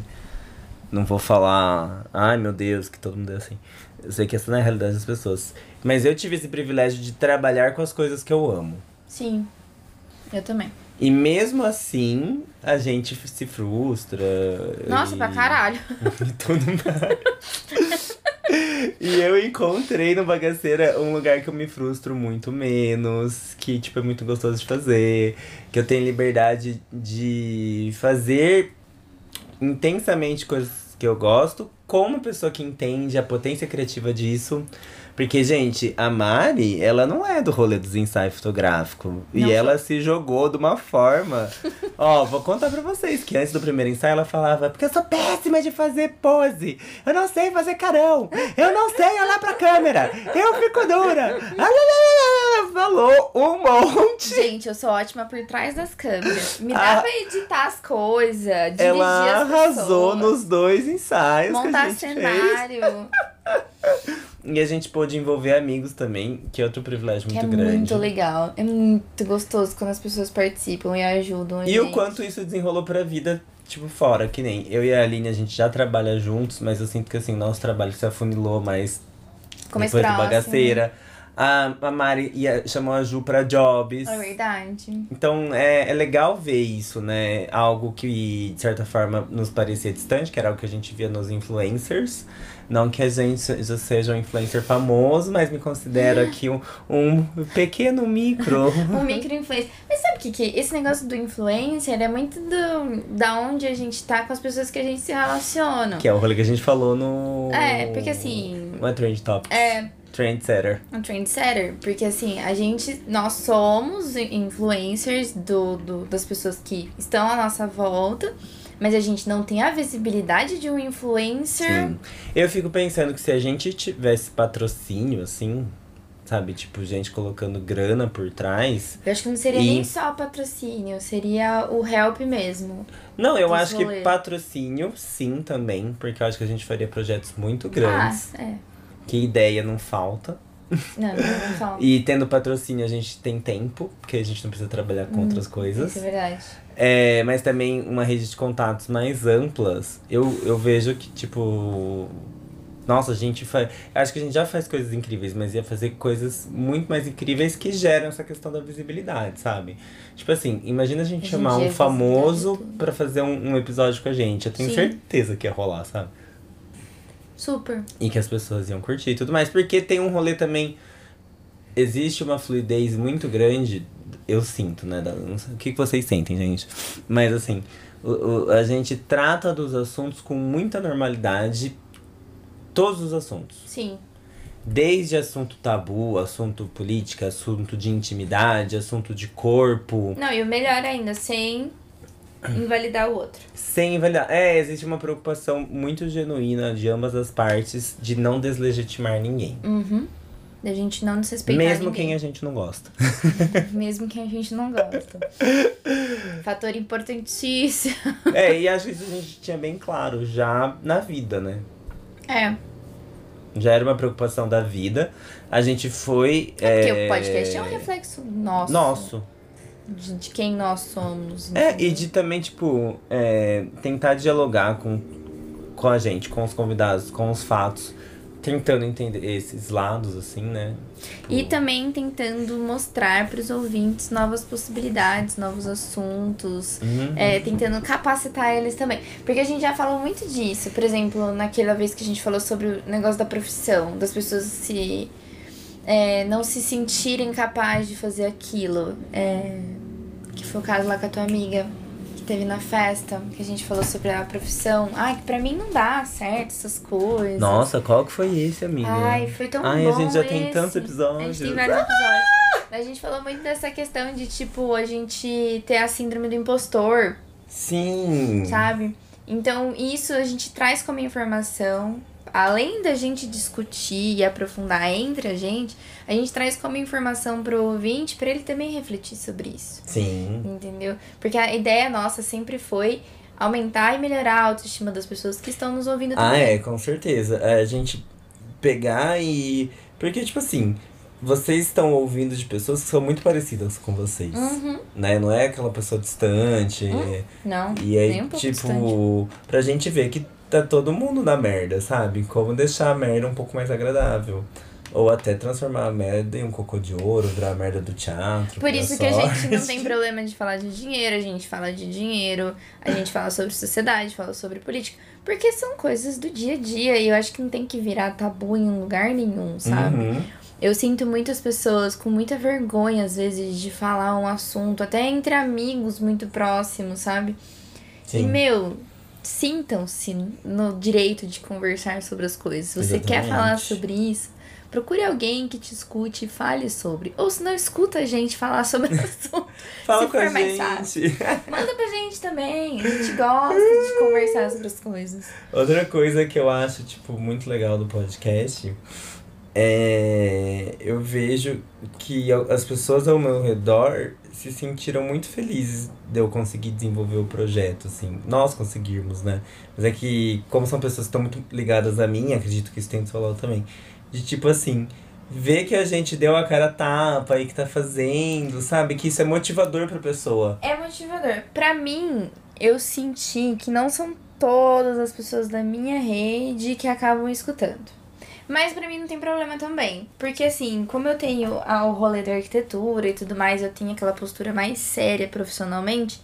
Não vou falar. Ai meu Deus, que todo mundo é assim. Eu sei que essa não é a realidade das pessoas. Mas eu tive esse privilégio de trabalhar com as coisas que eu amo. Sim. Eu também. E mesmo assim, a gente se frustra. Nossa, e... pra caralho. E tudo mais. E eu encontrei no Bagaceira um lugar que eu me frustro muito menos, que tipo é muito gostoso de fazer, que eu tenho liberdade de fazer intensamente coisas que eu gosto, com uma pessoa que entende a potência criativa disso. Porque, gente, a Mari, ela não é do rolê dos ensaios fotográficos. Não E sou. ela se jogou de uma forma. Ó, vou contar pra vocês que antes do primeiro ensaio ela falava: Porque eu sou péssima de fazer pose. Eu não sei fazer carão. Eu não sei olhar pra câmera. Eu fico dura. Ah, lá, lá, lá, lá, lá. Falou um monte. Gente, eu sou ótima por trás das câmeras. Me Ah. dá pra editar as coisas, dirigir Ela as arrasou pessoas, nos dois ensaios que a montar gente fez. cenário, E a gente pôde envolver amigos também, que é outro privilégio que é muito grande. muito legal. É muito gostoso quando as pessoas participam e ajudam. a E o gente. quanto isso desenrolou pra vida, tipo, fora, que nem eu e a Aline, a gente já trabalha juntos, mas eu sinto que assim, nosso trabalho se afunilou mais Ficou mais depois do próximo. bagaceira. A, a Mari ia, chamou a Ju pra jobs. É verdade. Então é, é legal ver isso, né? Algo que, de certa forma, nos parecia distante, que era algo que a gente via nos influencers. Não que a gente se- já seja um influencer famoso, mas me considero aqui um, um pequeno micro. Um micro-influencer. Mas sabe o que, que? Esse negócio do influencer é muito do, da onde a gente tá com as pessoas que a gente se relaciona. que é o rolê que a gente falou no. É, porque assim. Não é trend top. É, Trendsetter. um trendsetter, porque assim, a gente, nós somos influencers do, do- das pessoas que estão à nossa volta, mas a gente não tem a visibilidade de um influencer. Sim. Eu fico pensando que se a gente tivesse patrocínio, assim, sabe? Tipo, gente colocando grana por trás. Eu acho que não seria E- nem só patrocínio, seria o help mesmo. Não, eu Dos acho que rolê. patrocínio, sim, também. Porque eu acho que a gente faria projetos muito grandes. Ah, é. Que ideia não falta. Não, não falta. E tendo patrocínio, a gente tem tempo. Porque a gente não precisa trabalhar com outras coisas. Isso é verdade. É, mas também uma rede de contatos mais amplas. Eu, eu vejo que, tipo. Nossa, a gente faz. Acho que a gente já faz coisas incríveis, mas ia fazer coisas muito mais incríveis que geram essa questão da visibilidade, sabe? Tipo assim, imagina a gente Hoje em chamar dia, um famoso visibilidade é tudo. pra fazer um, um episódio com a gente. Eu tenho Sim. certeza que ia rolar, sabe? Super. E que as pessoas iam curtir e tudo mais. Porque tem um rolê também. Existe uma fluidez muito grande, eu sinto, né? da- não sei o que que vocês sentem, gente. Mas assim, o- o- a gente trata dos assuntos com muita normalidade. Todos os assuntos. Sim. Desde assunto tabu, assunto política, assunto de intimidade, assunto de corpo. Não, e o melhor ainda, sem invalidar o outro. Sem avaliar. É, existe uma preocupação muito genuína de ambas as partes de não deslegitimar ninguém. Uhum. Da gente não desrespeitar Mesmo quem é. ninguém. a gente não gosta. Mesmo quem a gente não gosta. Fator importantíssimo. É, e acho que isso a gente tinha bem claro já na vida, né? É, Já era uma preocupação da vida. A gente foi. É, é porque o podcast é um reflexo nosso. nosso. De, de quem nós somos. É, entendeu? e de também, tipo, é, tentar dialogar com, com a gente, com os convidados, com os fatos. Tentando entender esses lados, assim, né? Tipo, E também tentando mostrar pros ouvintes novas possibilidades, novos assuntos. uhum. É, tentando capacitar eles também. Porque a gente já falou muito disso. Por exemplo, naquela vez que a gente falou sobre o negócio da profissão, das pessoas se. é, não se sentirem capazes de fazer aquilo. É, que foi o caso lá com a tua amiga, que teve na festa, que a gente falou sobre a profissão. Ai, que pra mim não dá certo essas coisas. Nossa, qual que foi esse, amiga? Ai, foi tão Ai, bom. a gente já tem esse. tantos A gente episódios. tem vários episódios. Mas a gente falou muito dessa questão de, tipo, a gente ter a síndrome do impostor, Sim. sabe? Então, isso a gente traz como informação. Além da gente discutir e aprofundar entre a gente, a gente traz como informação pro ouvinte pra ele também refletir sobre isso. Sim. Entendeu? Porque a ideia nossa sempre foi aumentar e melhorar a autoestima das pessoas que estão nos ouvindo Ah, também. é, com certeza. É, A gente pegar e. Porque, tipo assim, vocês estão ouvindo de pessoas que são muito parecidas com vocês. Uhum. Né? Não é aquela pessoa distante. Hum. Não. E aí, nem um pouco tipo, distante. pra gente ver que tá todo mundo na merda, sabe? Como deixar a merda um pouco mais agradável. Ou até transformar a merda em um cocô de ouro, virar a merda do teatro. Por virar isso que a só. gente não tem problema de falar de dinheiro, a gente fala de dinheiro, a gente fala sobre sociedade, fala sobre política. Porque são coisas do dia a dia e eu acho que não tem que virar tabu em um lugar nenhum, sabe? Uhum. Eu sinto muitas pessoas com muita vergonha, às vezes, de falar um assunto, até entre amigos muito próximos, sabe? E, Sim. meu, sintam-se no direito de conversar sobre as coisas. Se você quer Exatamente. falar sobre isso, procure alguém que te escute e fale sobre. Ou se não, escuta a gente falar sobre o assunto. Fala se com a for mais gente. Manda pra gente também. A gente gosta de conversar sobre as coisas. Outra coisa que eu acho, tipo, muito legal do podcast é. Eu vejo que eu- as pessoas ao meu redor se sentiram muito felizes de eu conseguir desenvolver o projeto, assim. Nós conseguirmos, né? Mas é que, como são pessoas que estão muito ligadas a mim, acredito que isso tem do seu lado também. De tipo assim. Ver que a gente deu a cara a tapa e que tá fazendo, sabe? Que isso é motivador pra pessoa. É motivador. Pra mim, eu senti que não são todas as pessoas da minha rede que acabam escutando. Mas pra mim não tem problema também. Porque assim, como eu tenho a- o rolê da arquitetura e tudo mais, eu tenho aquela postura mais séria profissionalmente.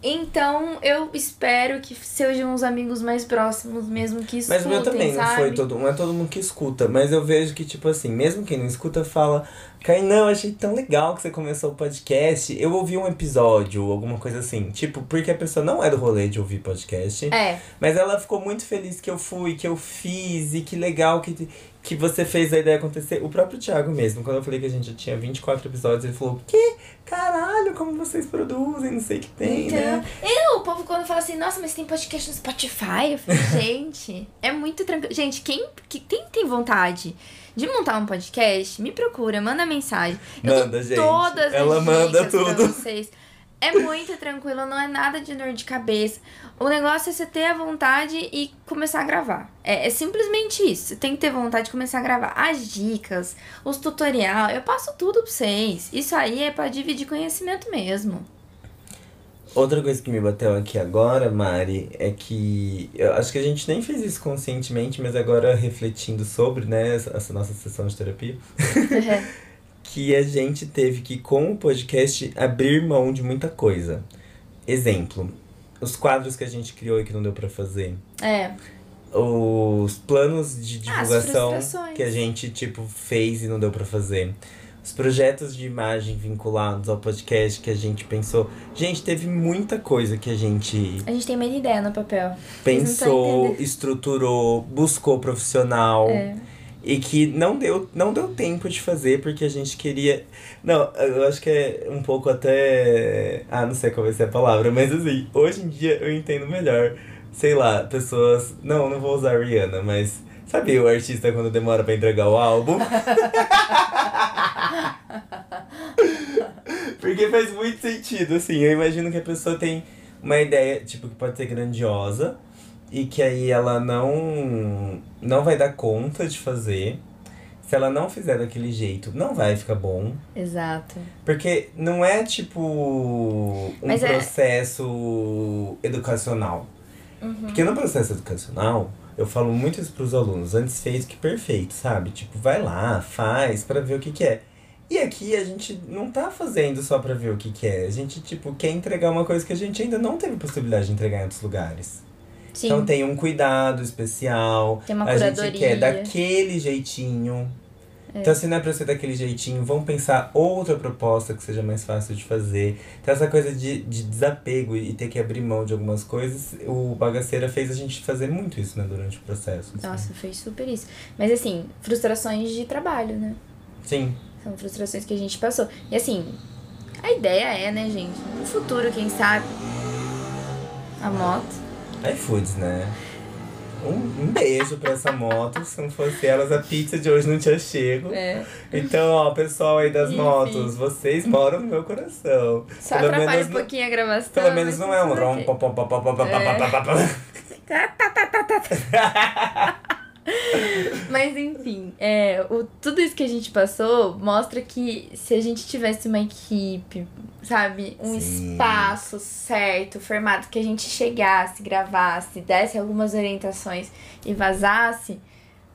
Então eu espero que sejam os amigos mais próximos mesmo que escutem, Mas o meu também sabe? não foi todo, não é todo mundo que escuta, mas eu vejo que tipo assim, mesmo quem não escuta fala, Kainan, eu achei tão legal que você começou o podcast, eu ouvi um episódio ou alguma coisa assim, tipo, porque a pessoa não é do rolê de ouvir podcast, É, mas ela ficou muito feliz que eu fui, que eu fiz e que legal que que você fez a ideia acontecer. O próprio Thiago mesmo, quando eu falei que a gente já tinha 24 episódios, ele falou: Que caralho, como vocês produzem, não sei o que tem, né? Então, eu, o povo quando fala assim, nossa, mas tem podcast no Spotify? Eu falo, gente, é muito tranquilo. Gente, quem, que- quem tem vontade de montar um podcast, me procura, manda mensagem. Eu dou Manda, gente. Todas Ela as manda dicas pra tudo. vocês. É muito tranquilo, não é nada de dor de cabeça. O negócio é você ter a vontade e começar a gravar. É, é simplesmente isso. Você tem que ter vontade de começar a gravar. As dicas, os tutorial, eu passo tudo pra vocês. Isso aí é pra dividir conhecimento mesmo. Outra coisa que me bateu aqui agora, Mari, é que eu acho que a gente nem fez isso conscientemente, mas agora refletindo sobre, né, essa essa nossa sessão de terapia, que a gente teve que, com o podcast, abrir mão de muita coisa. Exemplo, os quadros que a gente criou e que não deu pra fazer. é. os planos de Ah, as divulgação frustrações. que a gente tipo fez e não deu pra fazer. Os projetos de imagem vinculados ao podcast que a gente pensou. Gente, teve muita coisa que a gente A gente tem meia ideia no papel. Vocês não tão pensou, entendendo. estruturou, buscou profissional É. e que não deu, não deu tempo de fazer porque a gente queria. Não, eu acho que é um pouco até. Ah, não sei qual vai ser a palavra, mas assim, hoje em dia eu entendo melhor. Sei lá, pessoas. Não, não vou usar a Rihanna, mas. Sabe o artista quando demora pra entregar o álbum? Porque faz muito sentido, assim. Eu imagino que a pessoa tem uma ideia, tipo, que pode ser grandiosa e que aí ela não não vai dar conta de fazer. Se ela não fizer daquele jeito, não vai ficar bom. Exato. Porque não é tipo um Mas é- processo educacional. Uhum. Porque no processo educacional, eu falo muito isso pros alunos, antes feito que perfeito, sabe? Tipo, vai lá, faz pra ver o que que é. E aqui a gente não tá fazendo só pra ver o que que é. A gente, tipo, quer entregar uma coisa que a gente ainda não teve possibilidade de entregar em outros lugares. Sim. Então tem um cuidado especial. tem uma a curadoria. gente quer daquele jeitinho. Então, se não é pra ser daquele jeitinho, vamos pensar outra proposta que seja mais fácil de fazer. Então, essa coisa de, de desapego e ter que abrir mão de algumas coisas, o Bagaceira fez a gente fazer muito isso, né, durante o processo. assim. Nossa, foi super isso. Mas assim, frustrações de trabalho, né? Sim. São frustrações que a gente passou. E assim, a ideia é, né, gente? No futuro, quem sabe. A moto. iFoods, né? Um, um beijo pra essa moto. Se não fosse elas, a pizza de hoje não tinha chego. É. Então, ó, pessoal aí das Enfim. motos, vocês moram no meu coração. Só Pelo atrapalha menos um não- pouquinho a gravação. Pelo menos mas não é um tudo rom bem. pom pom pom pom pom pom pom pom, pom. Mas enfim, é, o, tudo isso que a gente passou mostra que se a gente tivesse uma equipe, sabe? Um Sim. espaço certo, formato que a gente chegasse, gravasse, desse algumas orientações e vazasse,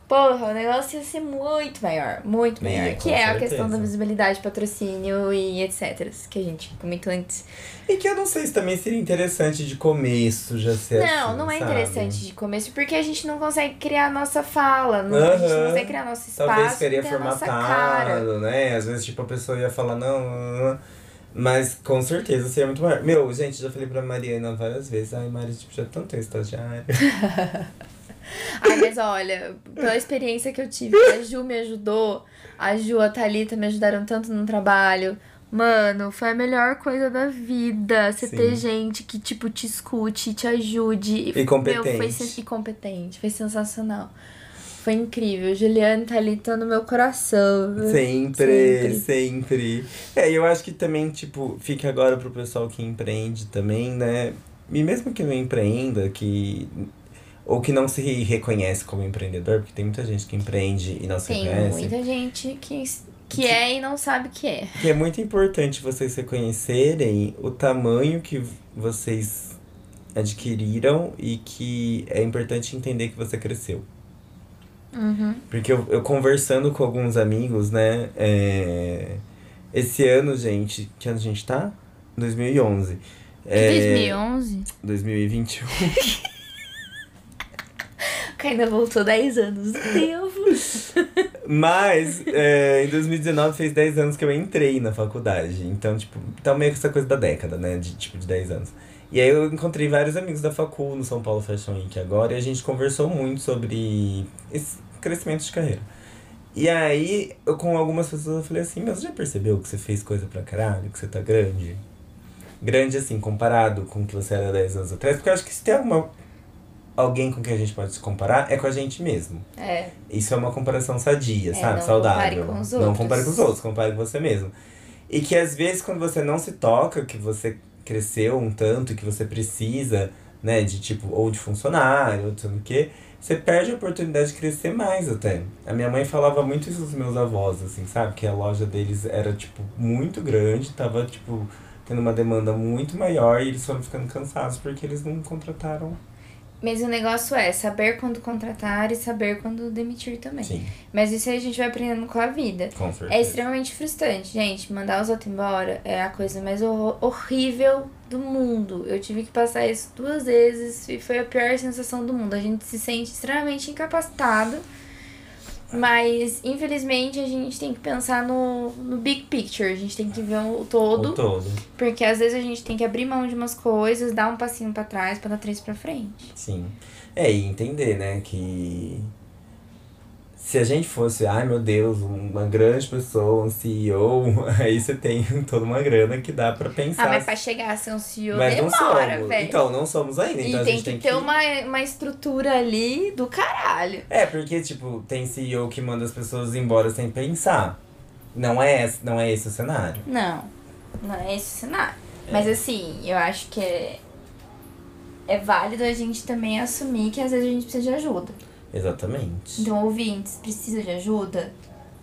porra, o negócio ia ser muito maior, muito É, maior. com que é a certeza. questão da visibilidade, patrocínio e etc. Que a gente comentou antes. E que eu não sei se também seria interessante de começo já ser não, assim, não é sabe? interessante de começo, porque a gente não consegue criar a nossa fala, não, a gente não Aham. consegue criar nosso espaço, Talvez seria não tem a nossa cara. formatado, né? Às vezes, tipo, a pessoa ia falar, não, não, não, não. Mas com certeza seria muito maior. Meu, gente, já falei pra Mariana várias vezes. Ai, Mari, tipo, já tanto estagiário. Ai, mas olha, pela experiência que eu tive, que a Ju me ajudou, a Ju, a Thalita me ajudaram tanto no trabalho. Mano, foi a melhor coisa da vida. Você Sim. ter gente que, tipo, te escute, te ajude. E competente. Meu, foi sen- e competente, foi sensacional. Foi incrível. Juliana e Thalita estão no meu coração. Sempre, sempre, É, e eu acho que também, tipo, fica agora pro pessoal que empreende também, né? E mesmo que não empreenda, que. Ou que não se reconhece como empreendedor, porque tem muita gente que empreende e não se Tem reconhece. muita gente que, que é e não sabe o que é. Que é muito importante vocês reconhecerem o tamanho que vocês adquiriram e que é importante entender que você cresceu. Uhum. Porque eu, eu conversando com alguns amigos, né? é, Esse ano, gente. Que ano a gente tá? 2011. É, 2011? 2021. Ainda voltou 10 anos do tempo. Mas, é, em 2019 fez 10 anos que eu entrei na faculdade. Então, tipo, tá meio que essa coisa da década, né? De, tipo, de 10 anos. E aí eu encontrei vários amigos da facul no São Paulo Fashion Week agora. E a gente conversou muito sobre esse crescimento de carreira. E aí, eu, com algumas pessoas eu falei assim, mas você já percebeu que você fez coisa pra caralho, que você tá grande? Grande assim, comparado com o que você era 10 anos atrás, porque eu acho que se tem alguma alguém com quem a gente pode se comparar é com a gente mesmo. É. Isso é uma comparação sadia, É, sabe? não Saudável. compare com os Não outros. compare com os outros, compare com você mesmo. E que às vezes quando você não se toca, que você cresceu um tanto, que você precisa, né, de tipo, ou de funcionário, ou de tudo o quê, você perde a oportunidade de crescer mais até. A minha mãe falava muito isso dos meus avós, assim, sabe? Que a loja deles era, tipo, muito grande, tava, tipo, tendo uma demanda muito maior e eles foram ficando cansados porque eles não contrataram. Mas o negócio é saber quando contratar e saber quando demitir também. Sim, Mas isso aí a gente vai aprendendo com a vida. com certeza. É extremamente frustrante, gente. Mandar os outros embora é a coisa mais horro- horrível do mundo. Eu tive que passar isso duas vezes e foi a pior sensação do mundo. A gente se sente extremamente incapacitado. Mas, infelizmente, a gente tem que pensar no, no big picture. A gente tem que ver o todo, O todo. Porque às vezes a gente tem que abrir mão de umas coisas, dar um passinho pra trás pra dar três pra frente. Sim. É, e entender, né, que se a gente fosse, ai meu Deus, uma grande pessoa, um CEO, aí você tem toda uma grana que dá pra pensar. Ah, mas pra chegar a ser um CEO Mas não demora, somos. velho. Então, não somos ainda. Então e a tem gente que tem ter uma, uma estrutura ali do caralho. É, porque, tipo, tem CEO que manda as pessoas embora sem pensar. Não é, esse- não é esse o cenário. Não, não é esse o cenário. Mas assim, eu acho que é, é válido a gente também assumir que às vezes a gente precisa de ajuda. Exatamente. Então, ouvintes, precisa de ajuda?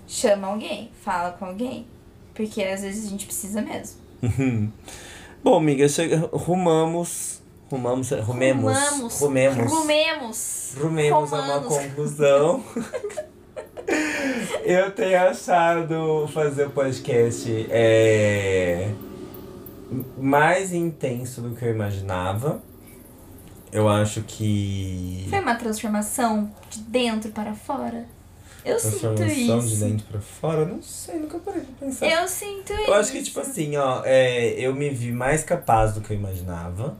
Chama alguém, fala com alguém. Porque às vezes a gente precisa mesmo. Bom, amiga, chega, rumamos. Rumamos. Rumemos. Rumamos. Rumemos. Rumemos. rumemos a é uma Romanos. conclusão. Eu tenho achado fazer o podcast é, mais intenso do que eu imaginava. Eu acho que. Foi uma transformação de dentro para fora. Eu sinto Transformação um de isso. dentro pra fora? Não sei, nunca parei pra pensar. Eu sinto isso. Eu acho que, tipo assim, ó, é, eu me vi mais capaz do que eu imaginava.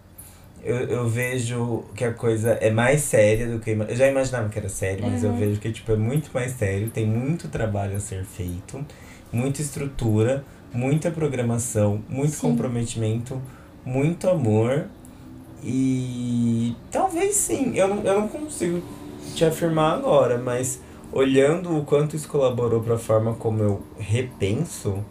Eu, eu vejo que a coisa é mais séria do que eu, ima- eu já imaginava que era sério, mas Uhum. eu vejo que tipo é muito mais sério, tem muito trabalho a ser feito, muita estrutura, muita programação, muito Sim. comprometimento, muito amor. E talvez sim, eu não, eu não consigo te afirmar agora, mas olhando o quanto isso colaborou para a forma como eu repenso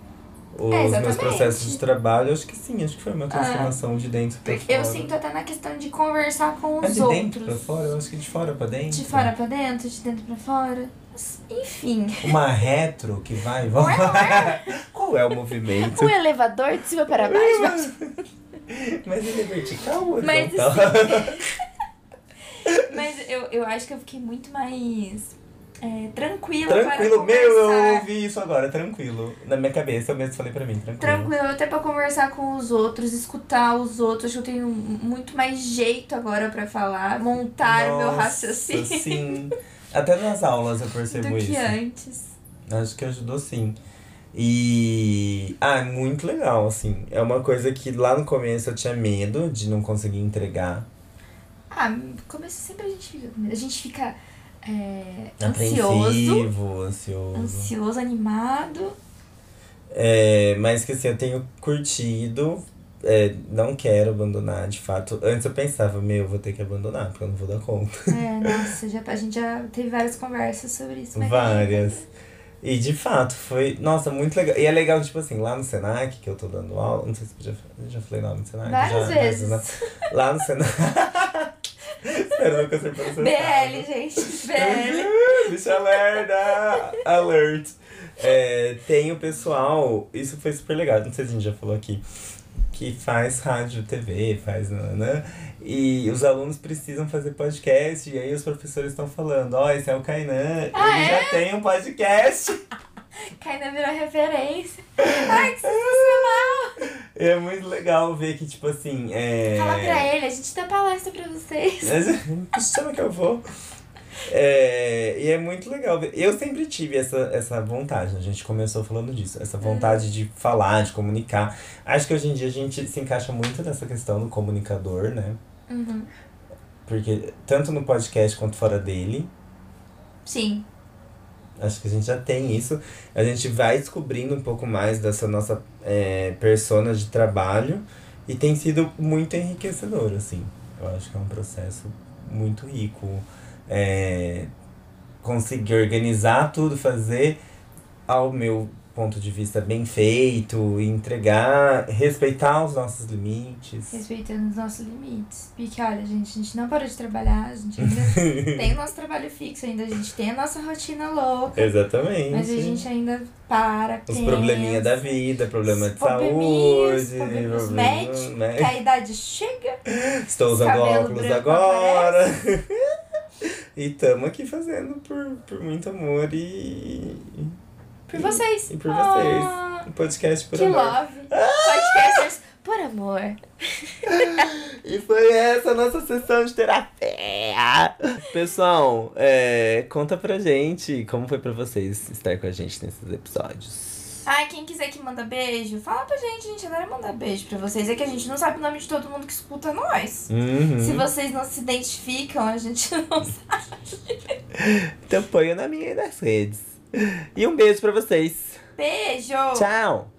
os É, meus exatamente. É. processos de trabalho, acho que sim, acho que foi uma transformação de dentro para Porque eu fora. sinto até na questão de conversar com É os Tá de dentro né? pra outros. fora, eu acho que de fora pra dentro. De fora pra dentro, de dentro pra fora. Mas, Enfim. Uma retro que vai e volta. Qual é o movimento? O elevador de cima para baixo. mas- Mas ele é vertical ou Mas horizontal? Mas eu, eu acho que eu fiquei muito mais é, tranquila Tranquilo, para meu, eu conversar. ouvi isso agora, tranquilo. Na minha cabeça, eu mesmo falei pra mim, tranquilo. Tranquila até pra conversar com os outros, escutar os outros. Acho que eu tenho um, muito mais jeito agora pra falar, montar o meu Nossa, raciocínio Sim. Até nas aulas eu percebo do que isso. é? antes. Acho que ajudou sim. E. Ah, é muito legal, assim. É uma coisa que lá no começo eu tinha medo de não conseguir entregar. Ah, começo sempre a gente fica com medo. A gente fica é, ansioso, Apreensivo, ansioso. ansioso, animado. É, mas que assim, eu tenho curtido. é, não quero abandonar, de fato. Antes eu pensava, meu, vou ter que abandonar, porque eu não vou dar conta. É, nossa, já, a gente já teve várias conversas sobre isso. né? mas- Várias. E de fato, foi. Nossa, muito legal. E é legal, tipo assim, lá no Senac, que eu tô dando aula. Não sei se eu já, já falei nome do Senac. Várias já, vezes. Mas Lá no Senac. Espero nunca ser processado. BL, gente. BL. Bicho alerta! Alert! É, tem o pessoal, isso foi super legal, não sei se a gente já falou aqui, que faz rádio, TV, faz nananã, e os alunos precisam fazer podcast, e aí os professores estão falando, ó, esse é o Kainan, Ah, ele já tem um podcast. Uhum. Kainan virou referência. Ai, que sensacional. E é muito legal ver que, tipo assim, é... Fala pra ele, a gente dá palestra pra vocês. Mas, chama que eu vou. É, e é muito legal. ver. Eu sempre tive essa, essa vontade, né? a gente começou falando disso, essa vontade de falar, de comunicar. Acho que hoje em dia a gente se encaixa muito nessa questão do comunicador, né? Uhum. Porque tanto no podcast quanto fora dele. Sim. Acho que a gente já tem isso. A gente vai descobrindo um pouco mais dessa nossa é, persona de trabalho e tem sido muito enriquecedor, assim. Eu acho que é um processo muito rico. É, conseguir organizar tudo, fazer ao meu ponto de vista bem feito, entregar, respeitar os nossos limites. Respeitando os nossos limites. Porque, olha, gente, a gente não parou de trabalhar, a gente ainda tem o nosso trabalho fixo, ainda a gente tem a nossa rotina louca. Exatamente. Mas a gente ainda para, Os pensa, probleminha da vida, problema de os probleminhas, saúde, problemas problema- médicos, né? que a idade chega. Estou os usando cabelo óculos branco agora. e estamos aqui fazendo por, por muito amor e. Por vocês. E por Ah, Um podcast por que amor. Ah! love. Podcasters por amor. E foi essa a nossa sessão de terapia. Pessoal, é, conta pra gente como foi pra vocês estar com a gente nesses episódios. Ai, quem quiser que manda beijo, fala pra gente, gente. Adora mandar beijo pra vocês. É que a gente não sabe o nome de todo mundo que escuta nós. Uhum. Se vocês não se identificam, a gente não sabe. Então põe na minha e nas redes. E um beijo pra vocês. Beijo! Tchau!